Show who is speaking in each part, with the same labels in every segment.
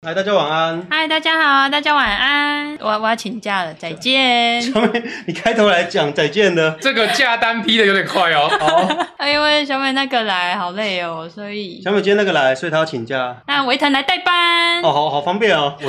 Speaker 1: 嗨，大家晚安。
Speaker 2: 嗨，大家好，大家晚安。我我要请假了，再见。
Speaker 1: 小美，你开头来讲再见 的。
Speaker 3: 这个价单批的有点快哦。
Speaker 1: 好，
Speaker 2: 哎，因为小美那个来好累哦，所以
Speaker 1: 小美今天那个来，所以她要请假。
Speaker 2: 那维腾来代班。
Speaker 1: 哦，好好方便哦，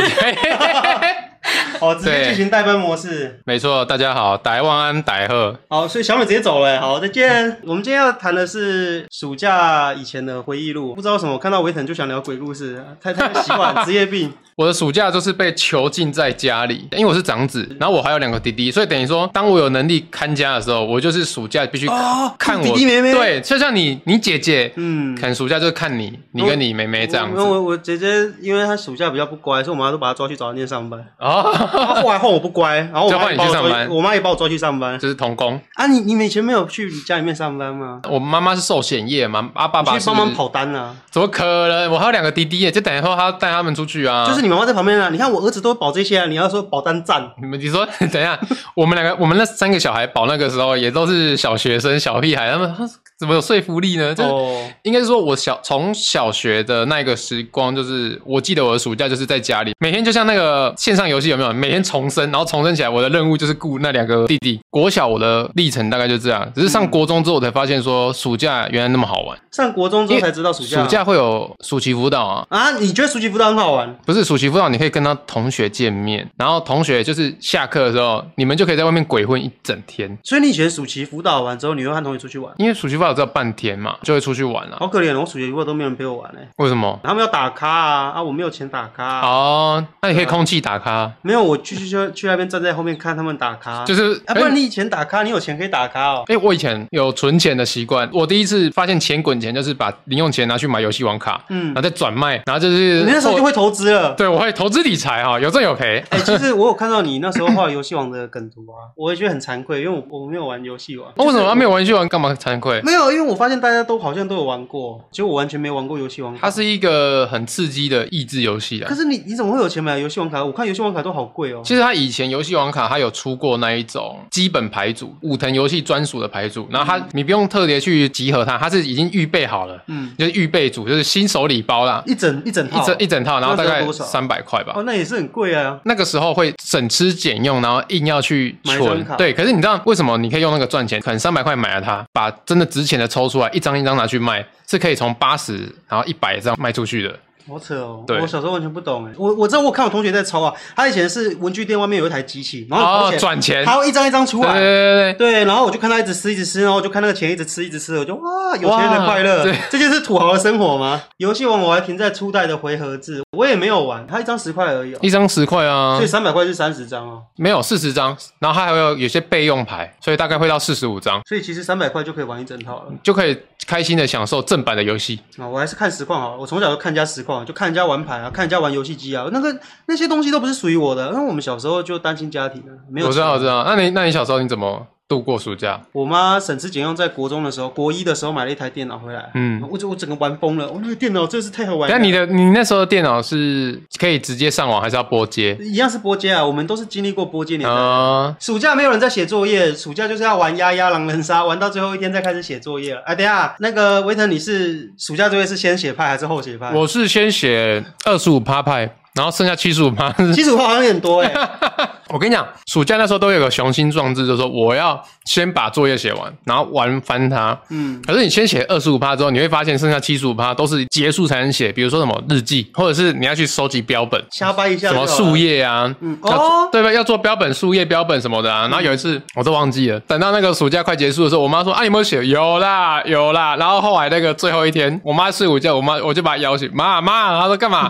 Speaker 1: 哦，直接
Speaker 3: 对
Speaker 1: 进行代班模式。
Speaker 3: 没错，大家好，台湾安台贺，
Speaker 1: 好，所以小美直接走了。欸好，再
Speaker 3: 嗯
Speaker 1: 见。我们今天要谈的是暑假以前的回忆录。不知道为什么，看到维腾就想聊鬼故事，太太习 惯，职业病。
Speaker 3: 我的暑假就是被囚禁在家里，因为我是长子，然后我还有两个弟弟，所以等于说，当我有能力看家的时候，我就是暑假必须
Speaker 1: 哦
Speaker 3: 看我
Speaker 1: 弟弟妹妹
Speaker 3: 对，就像你你姐姐，
Speaker 1: 嗯，哦
Speaker 3: 看暑假就是看你，你跟你妹妹这样
Speaker 1: 我
Speaker 3: 子
Speaker 1: 我我姐姐，因为她暑假比较不乖，所以我妈都把她抓去早餐店上 班。
Speaker 3: 哦，
Speaker 1: 她后来换我不乖，然后我
Speaker 3: 就
Speaker 1: 妈也
Speaker 3: 换你
Speaker 1: 把我
Speaker 3: 去上
Speaker 1: 抓
Speaker 3: 班
Speaker 1: 我妈也把我抓去上班。
Speaker 3: 就是童工。
Speaker 1: 啊，你你们以前没有去家里面上班吗？
Speaker 3: 我妈妈是寿险业嘛，啊爸爸
Speaker 1: 你
Speaker 3: 是
Speaker 1: 去帮忙，跑单啊，
Speaker 3: 怎么可能？我还有两个弟弟耶，就等于说他带他们出去啊，
Speaker 1: 就是你妈妈在旁边啊。你看我儿子都保这些啊，你要说保单站，
Speaker 3: 你们你说 等一下，我们两个我们那三个小孩保那个时候也都是小学生小屁孩，他们他怎么有说服力呢？就是、
Speaker 1: 哦，
Speaker 3: 应该是说我小从小学的那个时光，就是我记得我的暑假就是在家里，每天就像那个线上游戏有没有？每天重生，然后重生起来，我的任务就是顾那两个弟弟。国小我的历程大概就这样，只是
Speaker 1: 嗯
Speaker 3: 上国中之后我才发现说暑假原来那么好玩，
Speaker 1: 上国中之后才知道暑假。
Speaker 3: 暑假会有暑期辅导啊，
Speaker 1: 啊，你觉得暑期辅导很好玩？
Speaker 3: 不是暑期辅导，你可以跟他同学见面，然后同学就是下课的时候，你们就可以在外面鬼混一整天。
Speaker 1: 所以你以前暑期辅导完之后，你会和同学出去玩，
Speaker 3: 因为暑期辅导只有半天嘛，就会出去玩了、啊
Speaker 1: 好可怜哦，我暑期辅导都没有人陪我玩嘞、
Speaker 3: 为什么？
Speaker 1: 他们要打卡啊，啊，我没有钱打卡、啊，
Speaker 3: 哦，那你可以空气打卡，
Speaker 1: 没有，我去去去去那边站在后面看他们打卡，
Speaker 3: 就是
Speaker 1: 啊，不然
Speaker 3: 哎
Speaker 1: 你以前打卡，你有钱可以打卡哦。
Speaker 3: 哎、我以前有存钱的习惯，我第一次发现钱滚钱就是把零用钱拿去买游戏王卡，
Speaker 1: 嗯
Speaker 3: 然后再转卖，然后就是
Speaker 1: 你那时候就会投资了。
Speaker 3: 对，我会投资理财哈、有挣有赔。
Speaker 1: 哎、其实我有看到你那时候画游戏王的梗图啊，我也觉得很惭愧，因为我我没有玩游戏王。
Speaker 3: 那、为什么啊他没有玩游戏王干嘛惭愧？
Speaker 1: 没有，因为我发现大家都好像都有玩过，其实我完全没玩过游戏王卡。
Speaker 3: 它是一个很刺激的益智游戏啊
Speaker 1: 可。是你你怎么会有钱买游戏王卡？我看游戏王卡都好贵哦。
Speaker 3: 其实它以前游戏王卡它有出过那一种基本牌组，武藤游戏专属的牌组，然后它你不用特别去集合它，它是已经预备好了，
Speaker 1: 嗯，
Speaker 3: 就是预备组，就是新手礼包啦，
Speaker 1: 一整一整套，
Speaker 3: 一整一整套，然后大
Speaker 1: 那时
Speaker 3: 概
Speaker 1: 候多少
Speaker 3: 三百块吧
Speaker 1: 哦，。那也是很贵啊。
Speaker 3: 那个时候会省吃俭用，然后硬要去
Speaker 1: 买一
Speaker 3: 存
Speaker 1: 张卡，
Speaker 3: 对。可是你知道为什么你可以用那个赚钱？可能三百块买了它，把真的值钱的抽出来，一张一张拿去卖，是可以从八十然后一百这样卖出去的。
Speaker 1: 好扯哦！
Speaker 3: 对
Speaker 1: 我小时候完全不懂哎，我我知道我看我同学在抄啊，他以前是文具店外面有一台机器，然后
Speaker 3: 哦
Speaker 1: 掏，钱，
Speaker 3: 赚钱，
Speaker 1: 他会一张一张出
Speaker 3: 对对
Speaker 1: 来，
Speaker 3: 对对对。
Speaker 1: 对，然后我就看他一直吃一直吃，然后我就看那个钱一直吃一直吃，我就哇，有钱人的
Speaker 3: 哇
Speaker 1: 快乐
Speaker 3: 对，
Speaker 1: 这就是土豪的生活吗？游戏王我还停在初代的回合制，我也没有玩，它一张十块而已、哦，
Speaker 3: 一张十块啊
Speaker 1: 所以，三百块是三十张哦，
Speaker 3: 没有四十张，然后它还有有些备用牌，所以大概会到四十五张，
Speaker 1: 所以其实三百块就可以玩一整套了。
Speaker 3: 就可以开心的享受正版的游戏。
Speaker 1: 啊，我还是看实况好了。我从小就看人家实况，就看人家玩牌啊，看人家玩游戏机啊，那个那些东西都不是属于我的。因为我们小时候就单亲家庭啊，没有
Speaker 3: 我知道，
Speaker 1: 钱
Speaker 3: 我知道。那你那你小时候你怎么度过暑假？
Speaker 1: 我妈省吃俭用，在国中的时候，国一的时候买了一台电脑回来，
Speaker 3: 嗯，
Speaker 1: 我就我整个玩疯了。我、那个电脑真的是太好玩了。
Speaker 3: 那你的你那时候的电脑是可以直接上网，还是要拨接？
Speaker 1: 一样是拨接啊，我们都是经历过拨接年代。
Speaker 3: 啊、
Speaker 1: 暑假没有人在写作业，暑假就是要玩丫丫狼人杀，玩到最后一天再开始写作业了。哎，等一下，那个维腾，你是暑假作业是先写派还是后写派？
Speaker 3: 我是先写二十五趴派，然后剩下七十五趴。
Speaker 1: 其实我好像有点多哎、
Speaker 3: 我跟你讲，暑假那时候都有个雄心壮志，就是说我要先把作业写完，然后玩翻它。
Speaker 1: 嗯，
Speaker 3: 可是你先写二十五趴之后，你会发现剩下七十五趴都是结束才能写，比如说什么日记，或者是你要去收集标本。
Speaker 1: 瞎掰一下
Speaker 3: 什
Speaker 1: 就好
Speaker 3: 么
Speaker 1: 了。
Speaker 3: 树叶啊，
Speaker 1: 嗯
Speaker 3: 要
Speaker 1: 哦嗯
Speaker 3: 对吧？要做标本、树叶标本什么的啊。然后有一次我都忘记了，等到那个暑假快结束的时候，我妈说啊，你有没有写？有啦，有啦。然后后来那个最后一天，我妈睡午觉，我妈我就把她摇醒，妈妈，她说干嘛？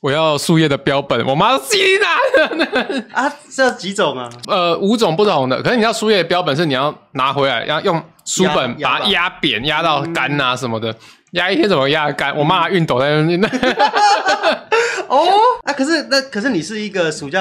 Speaker 3: 我要树叶的标本，我妈说自己拿。
Speaker 1: 啊，这几种啊？
Speaker 3: 呃，五种不同的，可是你要树叶的标本是你要拿回来，要用书本
Speaker 1: 压压
Speaker 3: 把
Speaker 1: 吧
Speaker 3: 它压扁，压到干啊什么的，压一天怎么压得干？我妈还熨斗在那边。
Speaker 1: 哦，啊，可是那可是你是一个暑假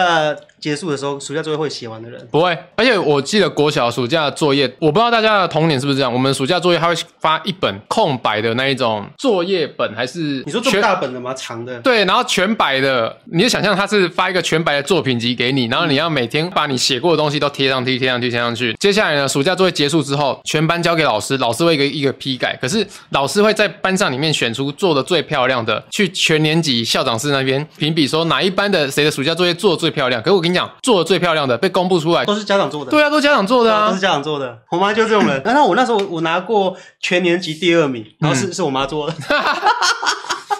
Speaker 1: 结束的时候，暑假作业会写完的人。
Speaker 3: 不会，而且我记得国小暑假作业，我不知道大家的童年是不是这样。我们暑假作业他会发一本空白的那一种作业本，还是
Speaker 1: 你说这么
Speaker 3: 全
Speaker 1: 大本的吗？长的，
Speaker 3: 对，然后全白的，你就想象它是发一个全白的作品集给你，然后你要每天把你写过的东西都贴上去，贴上去，贴上去。接下来呢，暑假作业结束之后，全班交给老师，老师会一个一个批改，可是老师会在班上里面选出做的最漂亮的，去全年级校长室那边评比，说哪一班的谁的暑假作业做的最漂亮。可是我跟你讲，做的最漂亮的被公布出来，
Speaker 1: 都是家长做的。
Speaker 3: 对啊，都家长做的
Speaker 1: 都
Speaker 3: 啊
Speaker 1: 是。家长做的。我妈就这 种人。然后我那时候我拿过全年级第二
Speaker 3: 嗯
Speaker 1: 名，然后是、是我妈 做的。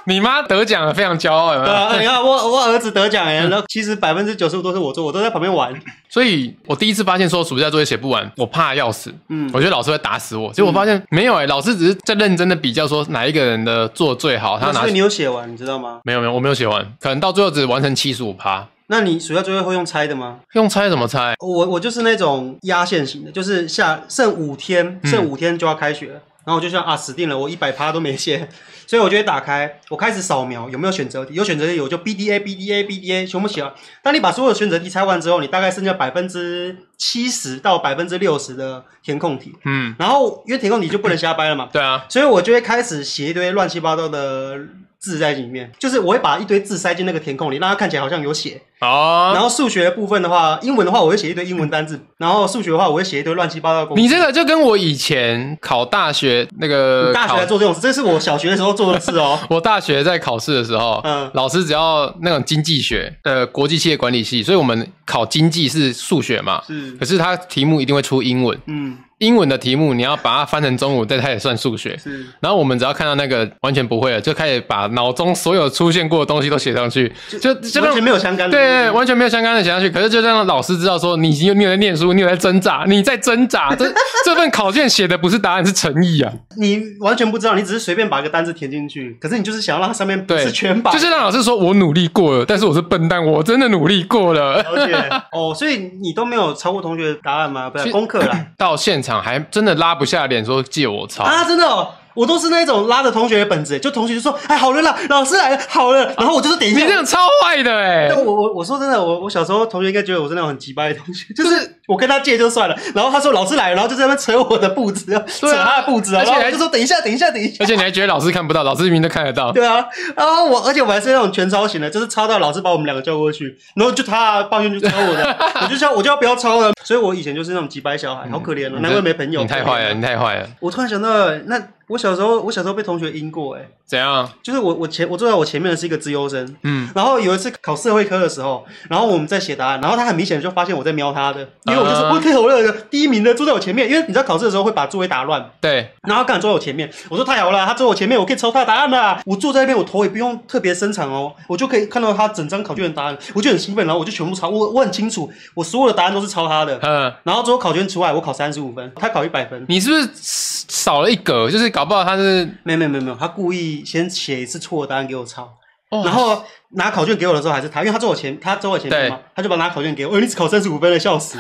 Speaker 3: 你妈得奖了，非常骄傲，有没
Speaker 1: 对
Speaker 3: 有？
Speaker 1: 啊，你看我我儿子得奖哎，然后其实百分之九十五都是我做，我都在旁边玩。
Speaker 3: 所以我第一次发现说暑假作业写不完，我怕要死，
Speaker 1: 嗯
Speaker 3: 嗯，我觉得老师会打死我。结果我发现、没有哎、老师只是在认真的比较说哪一个人的做最好，他
Speaker 1: 那
Speaker 3: 拿
Speaker 1: 所以你有写完，你知道吗？
Speaker 3: 没有没有我没有写完，可能到最后只完成七十五趴，
Speaker 1: 那你暑假作业会用猜的吗？
Speaker 3: 用猜怎么猜？
Speaker 1: 我我就是那种压线型的，就是下剩五天，
Speaker 3: 嗯
Speaker 1: 剩五天就要开学了。然后我就想啊，死定了，我一百趴都没写，所以我就会打开，我开始扫描有没有选择题，有选择题我就 B D A B D A B D A 全部写完。当你把所有的选择题猜完之后，你大概剩下百分之七十到百分之六十的填空题，
Speaker 3: 嗯，
Speaker 1: 然后因为填空题就不能瞎掰了嘛，
Speaker 3: 对啊，
Speaker 1: 所以我就会开始写一堆乱七八糟的字在里面，就是我会把一堆字塞进那个填空里，让它看起来好像有写，
Speaker 3: 哦，
Speaker 1: 然后数学的部分的话，英文的话我会写一堆英文单字，然后数学的话我会写一堆乱七八糟的公式。
Speaker 3: 你这个就跟我以前考大学那个
Speaker 1: 你大学
Speaker 3: 呃考。
Speaker 1: 还做这种事，这是我小学的时候做的事哦
Speaker 3: 我大学在考试的时候，
Speaker 1: 嗯
Speaker 3: 老师只要那种经济学，呃，国际企业管理系，所以我们考经济是数学嘛，
Speaker 1: 是
Speaker 3: 可，是它题目一定会出英文，
Speaker 1: 嗯，
Speaker 3: 英文的题目，你要把它翻成中文，再开始算数学。
Speaker 1: 是，
Speaker 3: 然后我们只要看到那个完全不会了，就开始把脑中所有出现过的东西都写上去，就就
Speaker 1: 完
Speaker 3: 让
Speaker 1: 全没有相干的。
Speaker 3: 对
Speaker 1: 我
Speaker 3: 完全没有相干的写上去。可是就让老师知道说你已经你有在念书，你有在挣扎，你在挣扎。 这这份考卷写的不是答案，是诚意啊。
Speaker 1: 你完全不知道，你只是随便把一个单字填进去，可是你就是想要让它上面不
Speaker 3: 对，
Speaker 1: 是全版，
Speaker 3: 就是让老师说我努力过了，但是我是笨蛋，我真的努力过了。
Speaker 1: 了 解哦。所以你都没有超过同学的答案吗？不
Speaker 3: 其
Speaker 1: 是
Speaker 3: 实
Speaker 1: 功课 啦
Speaker 3: 到现场还真的拉不下脸说借我抄。
Speaker 1: 啊，真的哦。我都是那种拉着同学的本子，就同学就说：“哎，好了啦，老师来了，好了。”然后我就是等一
Speaker 3: 你
Speaker 1: 下
Speaker 3: 这，样超坏的哎、
Speaker 1: 但我我我说真的，我我小时候同学应该觉得我是那种很急掰的同学，就是 我跟他借就算了，然后他说老师来了，然后就在那边扯我的步子，扯他的步子啊，
Speaker 3: 而且
Speaker 1: 然
Speaker 3: 还
Speaker 1: 后我就说等一下，等一下，等一下
Speaker 3: 而。且你还觉得老师看不到，老师明明都看得到。
Speaker 1: 对啊，然后我，而且我还是那种全抄型的，就是抄到老师把我们两个叫过去，然后就他啊抱怨就抄我的，我就叫我就要不要抄了。所以我以前就是那种急掰小孩，好可怜哦，
Speaker 3: 嗯你
Speaker 1: 难怪没朋友。
Speaker 3: 你太
Speaker 1: 可怜
Speaker 3: 坏了，你！太坏了。
Speaker 1: 我突然想到，那我小时候，我小时候被同学阴过、欸，哎，
Speaker 3: 怎样？
Speaker 1: 就是我我前我坐在我前面的是一个资优生，
Speaker 3: 嗯，
Speaker 1: 然后有一次考社会科的时候，然后我们在写答案，然后他很明显就发现我在瞄他的，因为我就说
Speaker 3: 啊
Speaker 1: 我可以我那个第一名的坐在我前面，因为你知道考试的时候会把座位打乱，
Speaker 3: 对，
Speaker 1: 然后他刚好坐在我前面，我说太好了，他坐我前面，我可以抄他的答案啦、我坐在那边，我头也不用特别伸长哦，我就可以看到他整张考卷的答案，我就很兴奋，然后我就全部抄，我我很清楚，我所有的答案都是抄他的，
Speaker 3: 嗯，
Speaker 1: 然后最后考卷出来，我考三十五分，他考一百分，
Speaker 3: 你是不是少了一格？就是搞不好他是
Speaker 1: 没有没有没有没有，他故意先写一次错的答案给我抄。
Speaker 3: 哦，
Speaker 1: 然后拿考卷给我的时候还是他，因为他坐我前，他坐我前面嘛，他就把拿考卷给我，哎，你只考三十五分了，笑 死，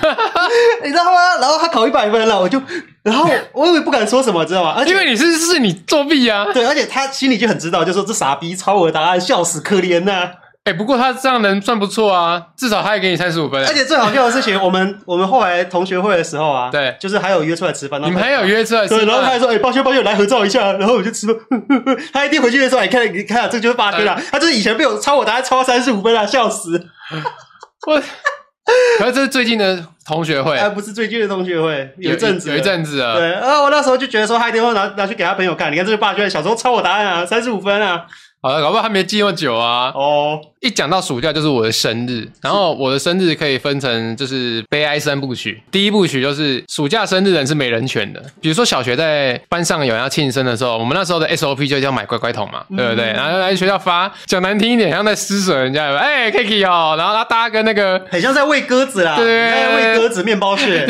Speaker 1: 你知道吗？然后他考一百分了，我就，然后我也不敢说什么，知道吗？而
Speaker 3: 因
Speaker 1: 且
Speaker 3: 为你是是你作弊啊。
Speaker 1: 对，而且他心里就很知道，就说这傻逼抄我的答案，笑死，可怜呐、
Speaker 3: 哎、不过他这样人算不错啊，至少他也给你三十五分、
Speaker 1: 而且最好笑的事情，我们我们后来同学会的时候啊，
Speaker 3: 对
Speaker 1: 就是还有约出来吃饭，然
Speaker 3: 你
Speaker 1: 后
Speaker 3: 们还有约出来吃
Speaker 1: 对，然后他
Speaker 3: 饭啊
Speaker 1: 还说：“哎、抱歉，抱歉，来合照一下。”然后我就吃了，他一定回去的时候，哎，看，你看，这就是八分了。他就是以前被我抄我答案抄三十五分了，笑死。
Speaker 3: 我，可是这是最近的同学会，
Speaker 1: 还不是最近的同学会，哎有一阵子了，
Speaker 3: 有一阵子啊。
Speaker 1: 对，啊，我那时候就觉得说，他一定会拿拿去给他朋友看。你看这个霸轩小时候抄我答案啊，三十五分啊。
Speaker 3: 好了，搞不好他没记那么久啊。
Speaker 1: 哦，
Speaker 3: 一讲到暑假就是我的生日，然后我的生日可以分成就是悲哀三部曲。第一部曲就是暑假生日人是没人权的，比如说小学在班上有人要庆生的时候，我们那时候的 SOP 就叫买乖乖桶嘛，对不对？然后来学校发，讲难听一点，像在施舍人家，有没有哎、k i k i 哦，然后他大家跟那个
Speaker 1: 很像在喂鸽子啦，
Speaker 3: 对
Speaker 1: 在喂鸽子面包屑。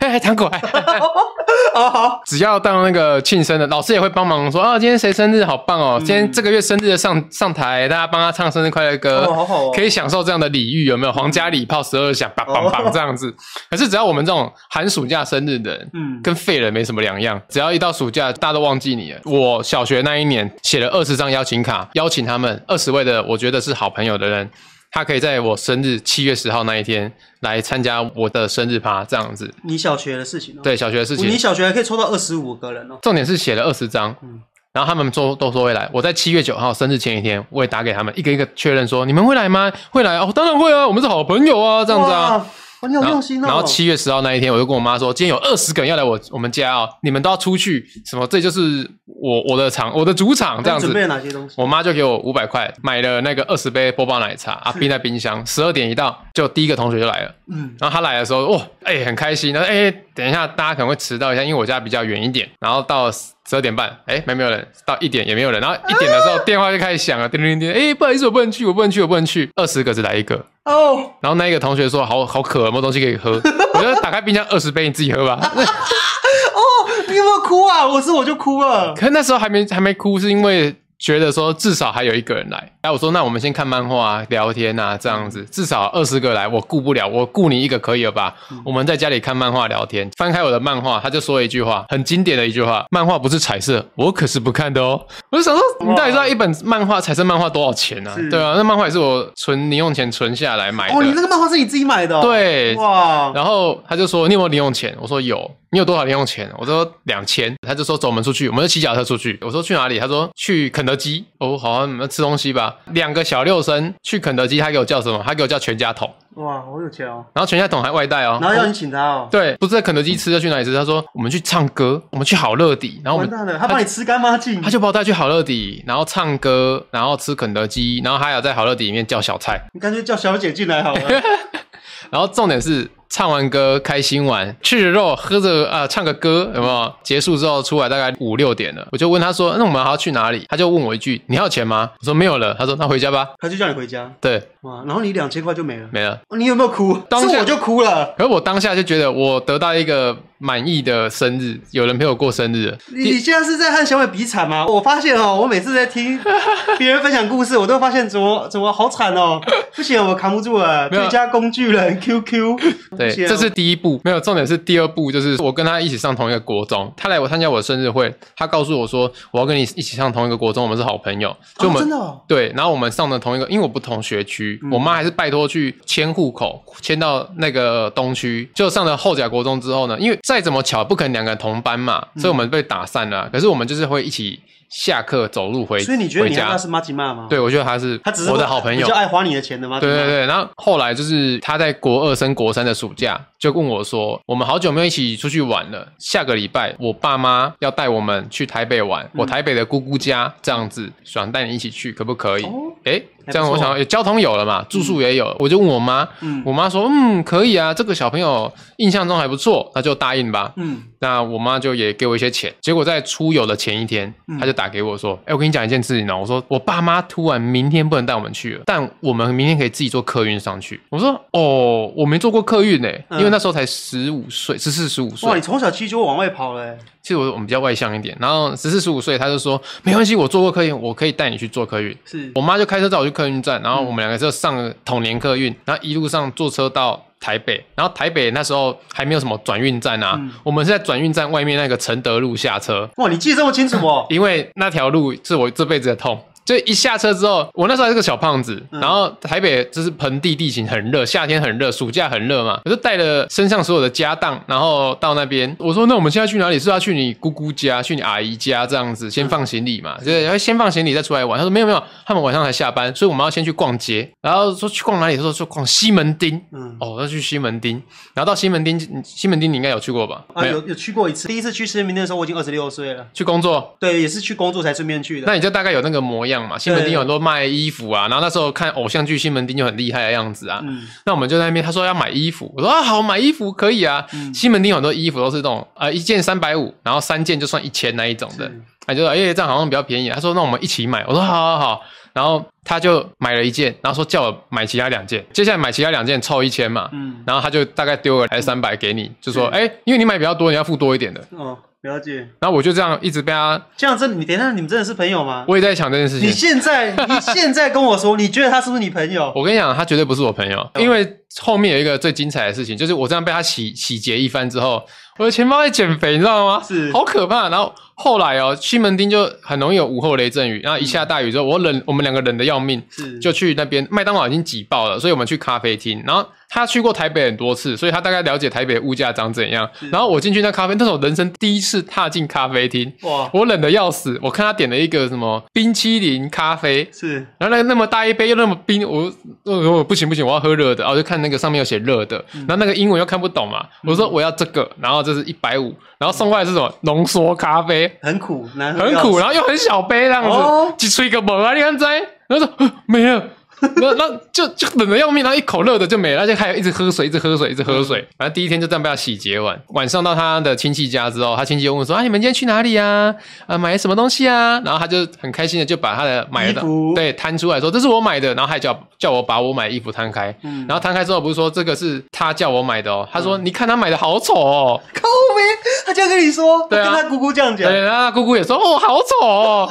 Speaker 3: 哎糖果，哎哎哎
Speaker 1: 哦，好，
Speaker 3: 只要到那个庆生的，老师也会帮忙说啊，今天谁生日好棒哦，
Speaker 1: 嗯
Speaker 3: 今天这个月生日的上上台，大家帮他唱生日快乐歌，
Speaker 1: 哦好好哦
Speaker 3: 可以享受这样的礼遇，有没有？皇家礼炮十二响，棒棒
Speaker 1: 哦
Speaker 3: 棒这样子。可是只要我们这种寒暑假生日的人，
Speaker 1: 嗯，
Speaker 3: 跟废人没什么两样，只要一到暑假，大家都忘记你了。我小学那一年写了二十张邀请卡，邀请他们二十位的我觉得是好朋友的人他可以在我生日七月十号那一天来参加我的生日趴，这样子。
Speaker 1: 你小学的事情哦，
Speaker 3: 对，小学的事
Speaker 1: 你
Speaker 3: 情，
Speaker 1: 小学还可以抽到二十五个人哦。
Speaker 3: 重点是写了二十张
Speaker 1: 嗯，
Speaker 3: 然后他们说都说会来。我在七月九号生日前一天，我也打给他们，一个一个确认说你们会来吗？会来哦，当然会啊，我们是好朋友啊，这样子啊。
Speaker 1: 哇，哇你好
Speaker 3: 然后
Speaker 1: 用心哦。
Speaker 3: 然后七月十号那一天，我就跟我妈说，今天有二十个人要来我我们家哦，你们都要出去，什么这就是我我的场，我的主场这
Speaker 1: 那
Speaker 3: 样
Speaker 1: 你
Speaker 3: 子。
Speaker 1: 哎准备了哪些东西？
Speaker 3: 我妈就给我五百块，买了那个二十杯波霸奶茶啊，冰在冰箱。十二点一到，就第一个同学就来了。
Speaker 1: 嗯，
Speaker 3: 然后他来的时候，哇，哎、很开心。然后哎、等一下大家可能会迟到一下，因为我家比较远一点。然后到十二点半，哎、没没有人，到一点也没有人。然后一点的时候、电话就开始响了，叮叮叮，哎、不好意思，我不能去，我不能去，我不能去。二十个只来一个。
Speaker 1: 哦，
Speaker 3: 然后那一个同学说，好好渴，有没有东西可以喝？ 我就打开冰箱二十杯，你自己喝吧。
Speaker 1: 你有没有哭啊？我是我就哭了。
Speaker 3: 可那时候还没还没哭，是因为觉得说至少还有一个人来。哎，我说那我们先看漫画、啊、聊天啊，这样
Speaker 1: 嗯
Speaker 3: 子至少二十个来，我顾不了，我顾你一个可以了吧？
Speaker 1: 嗯
Speaker 3: 我们在家里看漫画聊天，翻开我的漫画，他就说了一句话，很经典的一句话：漫画不是彩色，我可是不看的哦。我就想说，你到底知道一本漫画彩色漫画多少钱啊
Speaker 1: 是？
Speaker 3: 对啊，那漫画也是我存零用钱存下来买的。
Speaker 1: 哦，你那个漫画是你自己买的、哦？，
Speaker 3: 对，
Speaker 1: 哇，
Speaker 3: 然后他就说：“你有没有零用钱？”我说：“有。”你有多少零用钱？我说：“两千。”他就说：“走，我们出去，我们就骑脚踏车出去。”我说：“去哪里？”他说：“去肯德基。”哦，好啊，我们吃东西吧。两个小六生去肯德基，他给我叫什么？他给我叫全家桶，
Speaker 1: 哇，好有钱哦。
Speaker 3: 然后全家桶还外带哦。
Speaker 1: 然后要你请他哦，
Speaker 3: 对，不是在肯德基吃，要去哪里吃？他说：“我们去唱歌，我们去好乐迪。”然后我
Speaker 1: 完
Speaker 3: 们
Speaker 1: 蛋了，他帮你吃干妈净。
Speaker 3: 他就把我带去好乐迪，然后唱歌，然后吃肯德基，然后还有在好乐迪里面叫小菜。
Speaker 1: 你干脆叫小姐进来好 了。
Speaker 3: 然后重点是唱完歌开心完，吃着肉喝着啊、呃唱个歌有没有？结束之后出来大概五六点了，我就问他说：“那我们还要去哪里？”他就问我一句：“你还有钱吗？”我说：“没有了。”他说：“那回家吧。
Speaker 1: 他就叫你回家”，
Speaker 3: 对，
Speaker 1: 哇，然后你两千块就没了。
Speaker 3: 没了。
Speaker 1: 哦你有没有哭？
Speaker 3: 当
Speaker 1: 是
Speaker 3: 下
Speaker 1: 我就哭了。
Speaker 3: 可是我当下就觉得我得到一个满意的生日，有人陪我过生日了。
Speaker 1: 你你现在是在和小美比惨吗？我发现哦，我每次在听 别人分享故事，我都发现怎么怎么好惨哦，不行，我扛不住了，
Speaker 3: 没有
Speaker 1: 最佳工具人 QQ，
Speaker 3: 对，
Speaker 1: 不行
Speaker 3: 这是第一步，没有重点是第二步，就是我跟他一起上同一个国中，他来我参加我的生日会，他告诉我说我要跟你一起上同一个国中，我们是好朋友，就我
Speaker 1: 哦
Speaker 3: 们、
Speaker 1: 真的哦，
Speaker 3: 对，然后我们上的同一个，因为我不同学区，
Speaker 1: 嗯
Speaker 3: 我妈还是拜托去迁户口，迁到那个东区。就上了后甲国中之后呢，因为再怎么巧，不可能两个人同班嘛，所以我们
Speaker 1: 嗯
Speaker 3: 被打散了。啊可是我们就是会一起下课走路回，
Speaker 1: 所以你觉得
Speaker 3: 回
Speaker 1: 你和他
Speaker 3: 家？
Speaker 1: 是妈吉妈吗？，
Speaker 3: 对，我觉得他是
Speaker 1: 他只是
Speaker 3: 我的好朋友
Speaker 1: 比较。爱花你的钱的吗？
Speaker 3: 对对对，然后后来就是他在国二升国三的暑假就问我说：“我们好久没有一起出去玩了，下个礼拜我爸妈要带我们去台北玩，
Speaker 1: 嗯
Speaker 3: 我台北的姑姑家这样子，想带你一起去，可不可以？”
Speaker 1: 哦
Speaker 3: 诶，
Speaker 1: 还
Speaker 3: 这样
Speaker 1: 不
Speaker 3: 我
Speaker 1: 错
Speaker 3: 想诶交通有了嘛，住宿也有，我就问我妈，
Speaker 1: 嗯
Speaker 3: 我妈说嗯可以啊，这个小朋友印象中还不错，那就答应吧。
Speaker 1: 嗯，
Speaker 3: 那我妈就也给我一些钱，结果在出游的前一天，
Speaker 1: 嗯
Speaker 3: 她就打给我说：“哎、我跟你讲一件事情哦，我说我爸妈突然明天不能带我们去了，但我们明天可以自己坐客运上去。”我说：“哦，我没坐过客运呢、
Speaker 1: 嗯
Speaker 3: 因为那时候才十五岁，十四十五岁
Speaker 1: 哇，。你从小其实就往外跑了欸，
Speaker 3: 其实我我们比较外向一点，然后十四十五岁，她就说没关系，我坐过客运，我可以带你去坐客运。”
Speaker 1: 是
Speaker 3: 我妈就开车载我去客运站，然后我们两个就上了统联客运，然后一路上坐车到台北，然后台北那时候还没有什么转运站啊，
Speaker 1: 嗯
Speaker 3: 我们是在转运站外面那个承德路下车，
Speaker 1: 哇，你记得这么清楚 哦，
Speaker 3: 因为那条路是我这辈子的痛。就一下车之后，我那时候还是个小胖子，
Speaker 1: 嗯
Speaker 3: 然后台北就是盆地地形很热，夏天很热，暑假很热嘛，我就带了身上所有的家当，然后到那边，我说那我们现在去哪里？是要去你姑姑家，去你阿姨家这样
Speaker 1: 嗯
Speaker 3: 子，先放行李嘛，就是要先放行李再出来玩。他说没有没有，他们晚上才下班，所以我们要先去逛街，然后说去逛哪里？他说说逛西门町，
Speaker 1: 嗯，
Speaker 3: 哦，要去西门町，然后到西门町，西门町你应该有去过吧？
Speaker 1: 啊，
Speaker 3: 没有，
Speaker 1: 有有去过一次，第一次去西门町的时候，我已经二十六岁了。
Speaker 3: 去工作。
Speaker 1: 对，也是去工作才顺便去的。
Speaker 3: 那你就大概有那个模样嘛。西门町有很多卖衣服啊，然后那时候看偶像剧，西门町就很厉害的样子啊。
Speaker 1: 嗯，
Speaker 3: 那我们就在那边，他说要买衣服，我说啊好，买衣服可以啊。
Speaker 1: 嗯
Speaker 3: 西门町有很多衣服都是这种，呃，一件三百五，然后三件就算一千那一种的。
Speaker 1: 是
Speaker 3: 他就说，哎、这样好像比较便宜。他说，那我们一起买。我说，好好好。然后他就买了一件，然后说叫我买其他两件。接下来买其他两件凑一千嘛，
Speaker 1: 嗯，
Speaker 3: 然后他就大概丢了还是三百给你，就说，
Speaker 1: 是
Speaker 3: 哎、因为你买比较多，你要付多一点的。
Speaker 1: 哦，了解。
Speaker 3: 然后我就这样一直被他，
Speaker 1: 这样真，你等一下，你们真的是朋友吗？
Speaker 3: 我也在想这件事情。
Speaker 1: 你现在，你现在跟我说，你觉得他是不是你朋友？
Speaker 3: 我跟你讲，他绝对不是我朋友，因为后面有一个最精彩的事情，就是我这样被他洗洗劫一番之后，我的钱包在减肥，你知道吗？
Speaker 1: 是
Speaker 3: 好可怕。然后后来哦，西门町就很容易有午后雷阵雨，然后一下大雨之后，我冷，我们两个冷的要命，
Speaker 1: 是
Speaker 3: 就去那边麦当劳已经挤爆了，所以我们去咖啡厅。然后他去过台北很多次，所以他大概了解台北物价长怎样。然后我进去那咖啡，那是我人生第一次踏进咖啡厅，
Speaker 1: 哇，
Speaker 3: 我冷的要死。我看他点了一个什么冰淇淋咖啡，
Speaker 1: 是
Speaker 3: 然后那个那么大一杯又那么冰，我我我不行不行，我要喝热的。然后就看那个上面有写热的，然后那个英文又看不懂嘛，我说我要这个，然后这是一百五，然后送过来是什么浓缩咖啡，
Speaker 1: 很苦，难喝
Speaker 3: 很
Speaker 1: 要
Speaker 3: 苦，
Speaker 1: 死
Speaker 3: 然后又很小杯这样
Speaker 1: 哦
Speaker 3: 子，只吹个猛啊，你看在，然后说 呃没了。那那就就冷的要命，然后一口热的就没了，而且还有一直喝水，一直喝水，一直喝水。反正第一天就这样被他洗劫完。晚上到他的亲戚家之后，他亲戚又问说：“啊，你们今天去哪里呀、啊？买了什么东西啊？”然后他就很开心的就把他的买的
Speaker 1: 衣服
Speaker 3: 对摊出来说：“这是我买的。”然后还叫叫我把我买的衣服摊开。
Speaker 1: 嗯
Speaker 3: 然后摊开之后不是说这个是他叫我买的哦，他说：“你看他买的好丑哦。”
Speaker 1: 靠呗，他这样跟你说，
Speaker 3: 对啊
Speaker 1: 他跟他姑姑这样讲，
Speaker 3: 对，然后他姑姑也说：“哦，好丑哦。”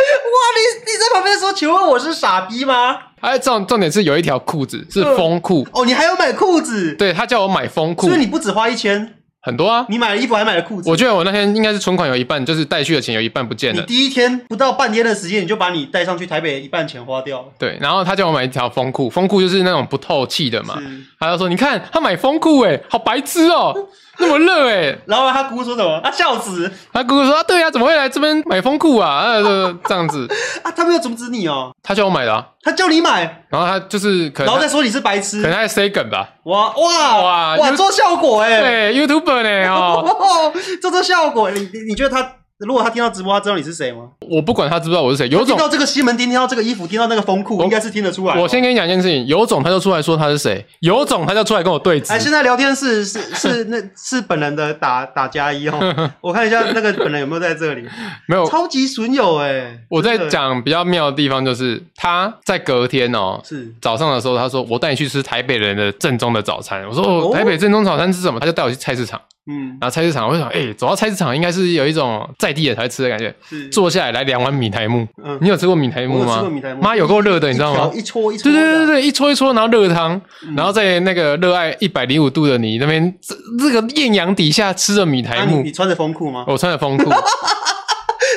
Speaker 1: 哇，你你在旁边说，请问我是傻逼吗？
Speaker 3: 哎，重重点是有一条裤子是风裤，
Speaker 1: 哦，你还要买裤子，
Speaker 3: 对他叫我买风裤
Speaker 1: 所，以你不只花一千，
Speaker 3: 很多啊。
Speaker 1: 你买了衣服还买了裤子。
Speaker 3: 我觉得我那天应该是存款有一半，就是带去的钱有一半不见
Speaker 1: 你
Speaker 3: 了。
Speaker 1: 第一天不到半天的时间，你就把你带上去台北一半钱花掉了。
Speaker 3: 对，然后他叫我买一条风裤，风裤就是那种不透气的嘛。
Speaker 1: 是
Speaker 3: 他就说：“你看他买风裤，哎，好白痴哦、那么热哎、
Speaker 1: 然后他姑姑说什么？啊，孝子
Speaker 3: 他姑姑说：“啊，对啊，怎么会来这边买风裤啊？”啊，呃这样子，
Speaker 1: 啊，他没有阻止你哦，
Speaker 3: 他叫我买的、啊，
Speaker 1: 他叫你买，
Speaker 3: 然后他就是可
Speaker 1: 然后
Speaker 3: 能他
Speaker 1: 再说你是白痴
Speaker 3: 可。能他在 say 梗吧，
Speaker 1: 哇哇哇
Speaker 3: 哇
Speaker 1: 哇，
Speaker 3: 就
Speaker 1: 做效果哎、
Speaker 3: 对，YouTuber 呢哦、
Speaker 1: 哦，这做效果，你你你觉得他如果他听到直播，他知道你是谁吗？
Speaker 3: 我不管他知不知道我是谁，有
Speaker 1: 听
Speaker 3: 种
Speaker 1: 到这个西门町，听到这个衣服，听到那个风裤，应该是听得出来哦。
Speaker 3: 我先跟你讲一件事情，有种他就出来说他是谁，有种他就出来跟我对峙。
Speaker 1: 哎，现在聊天室是是那是本人的打打加一 哦，我看一下那个本人有没有在这里，
Speaker 3: 没有，
Speaker 1: 超级损友哎、
Speaker 3: 我在
Speaker 1: 真的
Speaker 3: 讲比较妙的地方就是他在隔天哦。
Speaker 1: 是
Speaker 3: 早上的时候，他说我带你去吃台北人的正宗的早餐。我说、哦
Speaker 1: 哦
Speaker 3: 台北正宗早餐是什么？他就带我去菜市场。
Speaker 1: 嗯
Speaker 3: 然后菜市场，我就想，哎、走到菜市场应该是有一种在地的才会吃的感觉。
Speaker 1: 是
Speaker 3: 坐下来来两碗米苔木，
Speaker 1: 嗯
Speaker 3: 你有吃过米苔木
Speaker 1: 我有
Speaker 3: 吗？
Speaker 1: 吃过米苔目啊
Speaker 3: 妈有够热的，你知道吗
Speaker 1: 一条？一搓一搓
Speaker 3: 对
Speaker 1: 的，
Speaker 3: 对对对，一搓一搓，然后热汤，
Speaker 1: 嗯
Speaker 3: 然后在那个热爱一百零五度的你那边，这这个艳阳底下吃着米苔
Speaker 1: 啊，
Speaker 3: 木
Speaker 1: 你你，穿着风裤吗？
Speaker 3: 我穿着风 裤，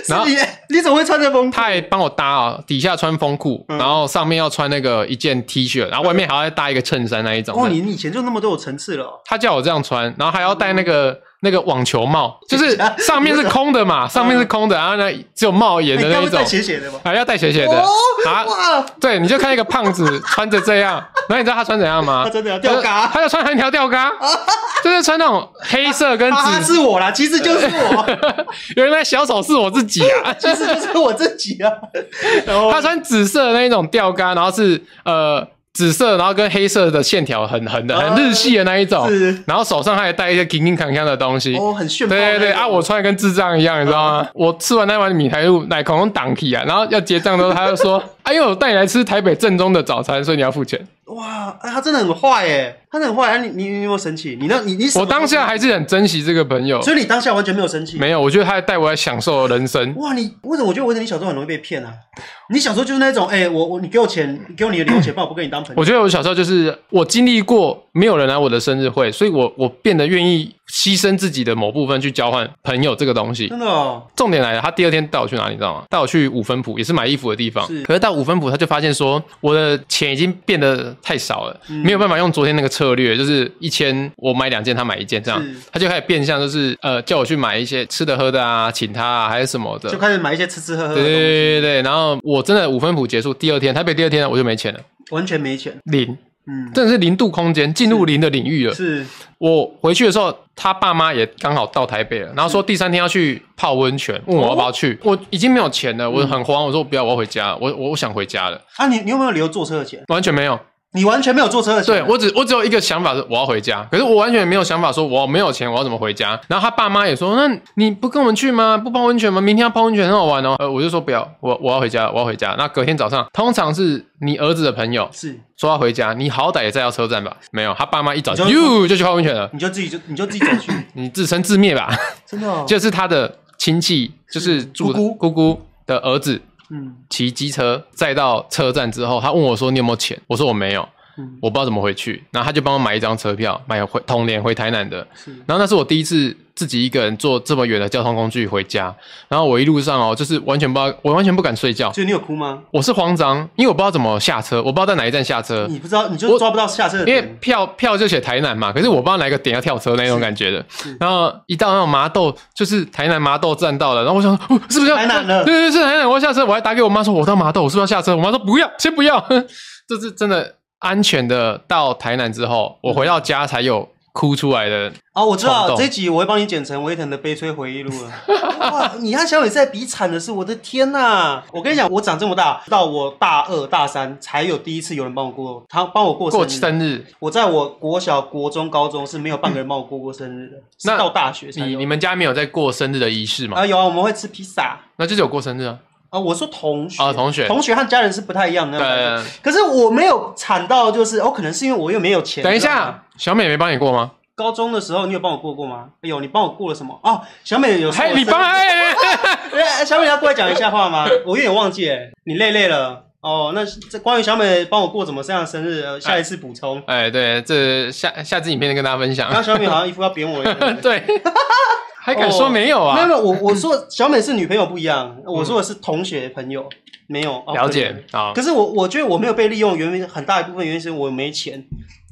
Speaker 3: 然后
Speaker 1: 是你你怎么会穿着风裤？哦
Speaker 3: 他还帮我搭啊，底下穿风裤，
Speaker 1: 嗯
Speaker 3: 然后上面要穿那个一件 T 恤，然后外面还要再搭一个衬衫那一种的。
Speaker 1: 哦，你你以前就那么多有层次了哦、
Speaker 3: 他叫我这样穿，然后还要戴那
Speaker 1: 嗯
Speaker 3: 个。那个网球帽就是上面是空的嘛，上面是空的，然后呢只有帽檐的
Speaker 1: 你
Speaker 3: 那
Speaker 1: 该不
Speaker 3: 一
Speaker 1: 会
Speaker 3: 种
Speaker 1: 带，斜斜的吧？
Speaker 3: 还要带斜斜的
Speaker 1: 哦，
Speaker 3: 啊。
Speaker 1: 哇，
Speaker 3: 对，你就看一个胖子穿着这样，然后你知道他穿怎样吗？
Speaker 1: 他真的要啊吊
Speaker 3: 他
Speaker 1: 嘎哦
Speaker 3: 就他就穿横条吊嘎，就是穿那种黑色跟
Speaker 1: 啊，
Speaker 3: 紫。
Speaker 1: 是我啦，其实就是
Speaker 3: 呃
Speaker 1: 我，
Speaker 3: 原来小手是我自己啊，
Speaker 1: 其实就是我自己 啊。然后
Speaker 3: 他穿紫色的那一种吊嘎，然后是呃紫色，然后跟黑色的线条很横的，很日系的那一种
Speaker 1: 哦是。
Speaker 3: 然后手上还带一些金金康康的东西。
Speaker 1: 哦，很炫
Speaker 3: 对
Speaker 1: 炮那
Speaker 3: 对
Speaker 1: 种，
Speaker 3: 对啊！我穿的跟智障一样，你知道 吗？我吃完那碗米苔露奶恐龙挡起啊，然后要结账的时候，他就说：“ 哎呦，我带你来吃台北正宗的早餐，所以你要付钱。
Speaker 1: 哇，啊他真的很坏耶，他真的很坏。啊，你你你有没有生气？你那你你”什么
Speaker 3: 我当下还是很珍惜这个朋友，
Speaker 1: 所以你当下完全没有生气。
Speaker 3: 没有，我觉得他带我来享受人生。
Speaker 1: 哇，你为什么我觉得我觉得你小时候很容易被骗啊？你小时候就是那种，哎、我我你给我钱，你给我你的零用钱，不然我 不跟你当朋友。
Speaker 3: 我觉得我小时候就是我经历过没有人来我的生日会，所以我我变得愿意牺牲自己的某部分去交换朋友这个东西。
Speaker 1: 真的哦，
Speaker 3: 重点来了，他第二天带我去哪里，你知道吗？带我去五分埔，也是买衣服的地方
Speaker 1: 是。
Speaker 3: 可是到五分埔，他就发现说，我的钱已经变得太少了，
Speaker 1: 嗯
Speaker 3: 没有办法用昨天那个策略，就是一千我买两件，他买一件这样
Speaker 1: 是。
Speaker 3: 他就开始变相，就是呃，叫我去买一些吃的喝的啊，请他啊，还是什么的
Speaker 1: 就。开始买一些吃吃喝喝的
Speaker 3: 对
Speaker 1: 东西，
Speaker 3: 对对对，然后我真的五分埔结束第二天，台北第二天我就没钱了，
Speaker 1: 完全没钱。
Speaker 3: 零，
Speaker 1: 嗯，
Speaker 3: 真的是零度空间，进入零的领域了。
Speaker 1: 是
Speaker 3: 我回去的时候，他爸妈也刚好到台北了，然后说第三天要去泡温泉，问我要不要
Speaker 1: 哦
Speaker 3: 去。我已经没有钱了，
Speaker 1: 嗯
Speaker 3: 我很慌，我说不要，我要回家，我我我想回家了，
Speaker 1: 啊，你你有没有留坐车的钱？
Speaker 3: 完全没有。
Speaker 1: 你完全没有坐车的钱
Speaker 3: 对
Speaker 1: 啊。
Speaker 3: 我只我只有一个想法是我要回家，可是我完全没有想法说我没有钱我要怎么回家。然后他爸妈也说，那你不跟我们去吗？不泡温泉吗？明天要泡温泉很好玩哦。呃，我就说不要，我我要回家，我要回家。那隔天早上，通常是你儿子的朋友
Speaker 1: 是，
Speaker 3: 说要回家，你好歹也在到车站吧？没有，他爸妈一早就
Speaker 1: 你就
Speaker 3: 哟就去泡温泉了，
Speaker 1: 你就自己就你就自己走 去，
Speaker 3: 你自生自灭吧。
Speaker 1: 真的、哦。
Speaker 3: 就是他的亲戚，就是住
Speaker 1: 姑姑
Speaker 3: 姑姑的儿子
Speaker 1: 嗯，
Speaker 3: 骑机车载到车站之后，他问我说：“你有没有钱？”我说：“我没有。”
Speaker 1: 嗯
Speaker 3: 我不知道怎么回去，然后他就帮我买一张车票，买回同联回台南的。
Speaker 1: 是
Speaker 3: 然后那是我第一次自己一个人坐这么远的交通工具回家，然后我一路上哦，就是完全不知道，我完全不敢睡觉，
Speaker 1: 就你有哭吗？
Speaker 3: 我是慌张，因为我不知道怎么下车，我不知道在哪一站下车，
Speaker 1: 你不知道，你就抓不到下车的
Speaker 3: 因为
Speaker 1: 点
Speaker 3: 票票就写台南嘛，可是我不知道哪个点要跳车那种感觉的
Speaker 1: 是。
Speaker 3: 然后一到那种麻豆，就是台南麻豆站到了，然后我想 说，哦、是不是要
Speaker 1: 台南了
Speaker 3: 对对，是台南，我要下车，我还打给我妈说，我到麻豆，我是不是要下车？我妈说不要，先不要。 这是真的安全的到台南之后，我回到家才有哭出来的。
Speaker 1: 哦，我知
Speaker 3: 冲
Speaker 1: 道
Speaker 3: 动
Speaker 1: 这集我会帮你剪成维腾的悲催回忆录了。 哇，你和小伟在比惨的是，我的天呐！我跟你讲，我长这么大，到我大二大三才有第一次有人帮我过，他帮我过生
Speaker 3: 过
Speaker 1: 日。
Speaker 3: 生日，
Speaker 1: 我在我国小、国中、高中是没有半个人帮我过过生日的，是
Speaker 3: 那
Speaker 1: 到大学才
Speaker 3: 你
Speaker 1: 有。
Speaker 3: 你们家没有在过生日的仪式吗？
Speaker 1: 啊有啊，我们会吃披萨
Speaker 3: 那就是有过生日啊。
Speaker 1: 啊。我说同学
Speaker 3: 啊同学
Speaker 1: 同学和家人是不太一样的那种感觉。可
Speaker 3: 对，
Speaker 1: 是我没有惨到，就是哦，可能是因为我又没有钱。
Speaker 3: 等一
Speaker 1: 你知道吗，
Speaker 3: 下，小美没帮你过吗？
Speaker 1: 高中的时候你有帮我过过吗？哎呦，你帮我过了什么？哦，小美有说我
Speaker 3: 嘿，你
Speaker 1: 生日
Speaker 3: 帮哎，
Speaker 1: 哎，小美要过来讲一下话吗？我有点忘记，哎，你累累了哦。那这关于小美帮我过怎么这样的生日，呃下一次补充。
Speaker 3: 哎，对，这下下次影片再跟大家分享。
Speaker 1: 刚。刚小美好像一副要扁我的样子
Speaker 3: 啊 对，还敢说没有
Speaker 1: 没有
Speaker 3: 啊？
Speaker 1: 没有，我我说小美是女朋友不一样，我说的是同学朋友，没有哦
Speaker 3: 了
Speaker 1: 可能
Speaker 3: 解啊，
Speaker 1: 可是我我觉得我没有被利用，原因很大一部分原因是我没钱，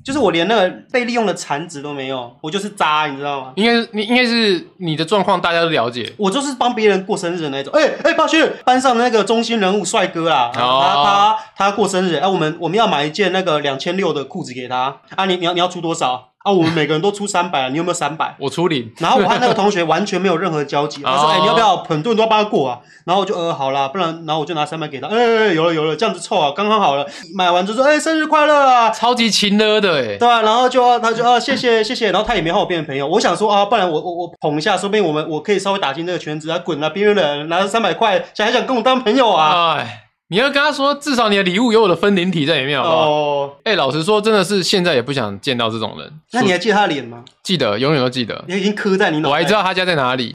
Speaker 1: 就是我连那个被利用的残值都没有，我就是渣，你知道吗？
Speaker 3: 应该是你应该是你的状况大家都了解，
Speaker 1: 我就是帮别人过生日的那种。哎、哎，抱歉，班上那个中心人物帅哥啦，啊
Speaker 3: 哦
Speaker 1: 他他他过生日，哎、我们我们要买一件那个两千六的裤子给他啊，你你要你要出多少啊？我们每个人都出三百，你有没有三百？
Speaker 3: 我处理。
Speaker 1: 然后我和那个同学完全没有任何交集，他说：“
Speaker 3: 哦
Speaker 1: 哎、你要不要？很多人都要帮他过啊。”然后我就呃好啦，不然，然后我就拿三百给他，哎、哎有了有了，这样子凑啊，刚刚好了。买完就说：“哎、生日快乐啊！”
Speaker 3: 超级亲了的哎、
Speaker 1: 对啊，然后就他就啊，谢谢谢谢，然后他也没和我变成朋友。我想说啊，不然我我我捧一下，说不定我们我可以稍微打进这个圈子啊，滚啊，边缘人拿着三百块，想还想跟我当朋友啊？
Speaker 3: 哎，你要跟他说，至少你的礼物有我的分灵体在里面，好不好？
Speaker 1: 哦，
Speaker 3: 哎、老实说，真的是现在也不想见到这种人。
Speaker 1: 那你还记得他的脸吗？
Speaker 3: 记得，永远都记得。
Speaker 1: 也已经刻在你脑袋。
Speaker 3: 我还知道他家在哪里，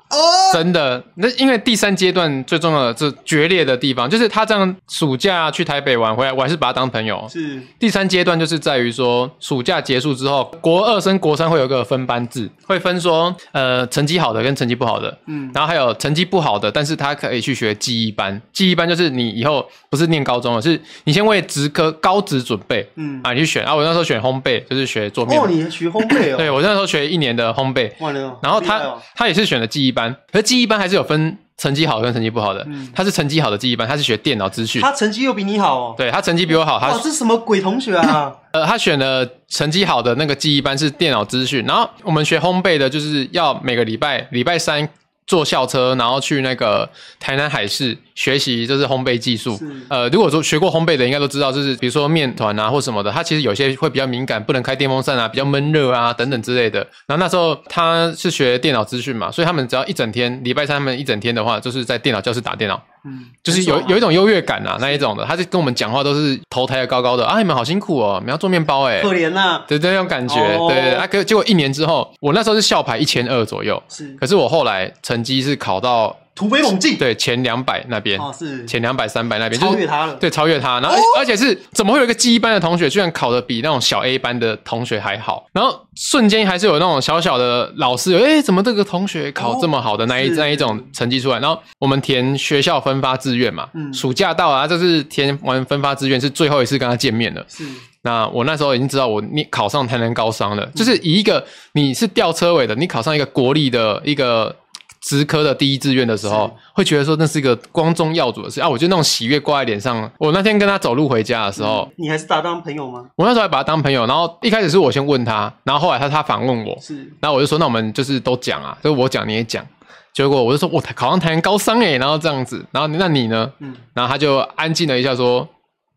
Speaker 3: 真的。那因为第三阶段最重要的这决裂的地方，就是他这样暑假去台北玩回来，我还是把他当朋友。
Speaker 1: 是
Speaker 3: 第三阶段就是在于说，暑假结束之后，国二升国三会有一个分班制，会分说，呃，成绩好的跟成绩不好的，
Speaker 1: 嗯
Speaker 3: 然后还有成绩不好的，但是他可以去学记忆班。记忆班就是你以后不是念高中了，是你先为职科高职准备
Speaker 1: 嗯，
Speaker 3: 啊，你去选啊。我那时候选烘焙，就是学做面
Speaker 1: 哦，
Speaker 3: 嘛，
Speaker 1: 你学烘焙哦，
Speaker 3: 对我那时候学一年的烘焙，
Speaker 1: 哇，你哦
Speaker 3: 然后
Speaker 1: 好
Speaker 3: 他、
Speaker 1: 厉害哦
Speaker 3: 他也是选了记忆班，可是记忆班还是有分成绩好跟成绩不好的，
Speaker 1: 嗯
Speaker 3: 他是成绩好的记忆班，他是学电脑资讯。
Speaker 1: 他成绩又比你好哦，
Speaker 3: 对他成绩比我好，他
Speaker 1: 哇，这是什么鬼同学啊？
Speaker 3: 呃，他选了成绩好的那个记忆班是电脑资讯，然后我们学烘焙的，就是要每个礼拜礼拜三坐校车，然后去那个台南海事学习，就是烘焙技术
Speaker 1: 是。
Speaker 3: 呃，如果说学过烘焙的，应该都知道，就是比如说面团啊或什么的，它其实有些会比较敏感，不能开电风扇啊，比较闷热啊等等之类的。然后那时候他是学电脑资讯嘛，所以他们只要一整天，礼拜三他们一整天的话，就是在电脑教室打电脑。
Speaker 1: 嗯，
Speaker 3: 就是
Speaker 1: 很爽啊
Speaker 3: 有有一种优越感啊，那一种的，他就跟我们讲话都是头抬得高高的啊，你们好辛苦哦，你们要做面包哎、
Speaker 1: 可怜啊呐，
Speaker 3: 对对，那种感觉，
Speaker 1: 哦
Speaker 3: 对对对。啊，可结果一年之后，我那时候是校牌一千二左右，
Speaker 1: 是
Speaker 3: 可是我后来成绩是考到
Speaker 1: 突飞猛进，
Speaker 3: 对前两百那边，
Speaker 1: 哦，是
Speaker 3: 前两百三百那边，就
Speaker 1: 超
Speaker 3: 是
Speaker 1: 越他了，哦
Speaker 3: 对超越他，然后、而且是怎么会有一个记忆班的同学居然考的比那种小 A 班的同学还好，然后瞬间还是有那种小小的老师，哎，怎么这个同学考这么好的那一、
Speaker 1: 哦是
Speaker 3: 那一种成绩出来，然后我们填学校分发志愿嘛，
Speaker 1: 嗯
Speaker 3: 暑假到了，啊就是填完分发志愿是最后一次跟他见面了。
Speaker 1: 是
Speaker 3: 那我那时候已经知道我你考上台南高商了，就是以一个你是吊车尾的，你考上一个国立的一个职科的第一志愿的时候，会觉得说那是一个光宗耀祖的事啊！我觉得那种喜悦挂在脸上。我那天跟他走路回家的时候，
Speaker 1: 你还是打当朋友吗？
Speaker 3: 我那时候还把他当朋友，然后一开始是我先问他，然后后来他他反问我，
Speaker 1: 是
Speaker 3: 然后我就说那我们就是都讲啊，就是我讲你也讲。结果我就说我考上台南高商诶、欸然后这样子，然后那你呢？
Speaker 1: 嗯
Speaker 3: 然后他就安静了一下说，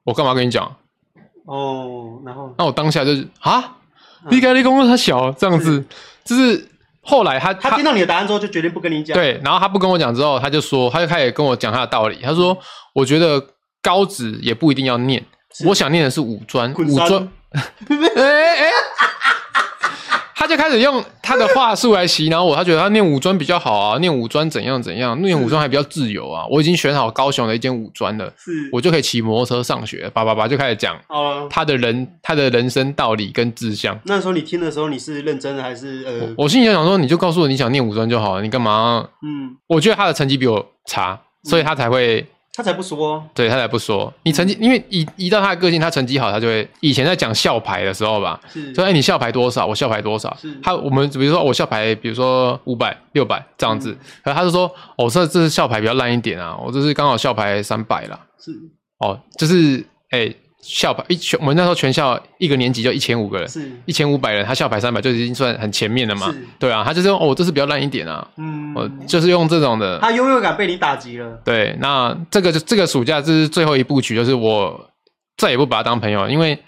Speaker 3: 我干嘛跟你讲？
Speaker 1: 哦，然后
Speaker 3: 那我当下就是啊，
Speaker 1: 嗯
Speaker 3: 你该你公司他小这样子，就是后来他
Speaker 1: 他听到你的答案之后，就决定不跟你讲。，
Speaker 3: 对，然后他不跟我讲之后，他就说他就开始跟我讲他的道理，他说我觉得高职也不一定要念，我想念的是五专，
Speaker 1: 滚
Speaker 3: 五
Speaker 1: 山
Speaker 3: 专，哎哎。他就开始用他的话术来洗脑我，他觉得他念五专比较好啊，念五专怎样怎样，念五专还比较自由啊。我已经选好高雄的一间五专了，
Speaker 1: 是
Speaker 3: 我就可以骑摩托车上学，叭叭叭就开始讲
Speaker 1: 好了。
Speaker 3: 他的人他的人生道理跟志向。
Speaker 1: 那时候你听的时候，你是认真的还是呃
Speaker 3: 我心里想说，你就告诉我你想念五专就好了，你干嘛？
Speaker 1: 嗯？
Speaker 3: 我觉得他的成绩比我差，所以他才会
Speaker 1: 他才不说，
Speaker 3: 对他才不说。你成绩，因为一一到他的个性，他成绩好，他就会以前在讲校牌的时候吧，
Speaker 1: 是
Speaker 3: 说哎你校牌多少，我校牌多少
Speaker 1: 是。
Speaker 3: 他我们比如说我校牌，比如说五百、六百这样子，然后他就说哦这这是校牌比较烂一点啊，我这是刚好校牌三百啦。
Speaker 1: 是
Speaker 3: 哦，就是哎校牌一全我们那时候全校一个年级就一千五个人。
Speaker 1: 是
Speaker 3: 一千五百人，他校牌三百就已经算很前面了嘛
Speaker 1: 是？
Speaker 3: 对啊，他就是用哦，这是比较烂一点啊，
Speaker 1: 嗯，
Speaker 3: 我就是用这种的。
Speaker 1: 他优越感被你打击了，
Speaker 3: 对，那这个就这个暑假这是最后一部曲，就是我再也不把他当朋友了，因为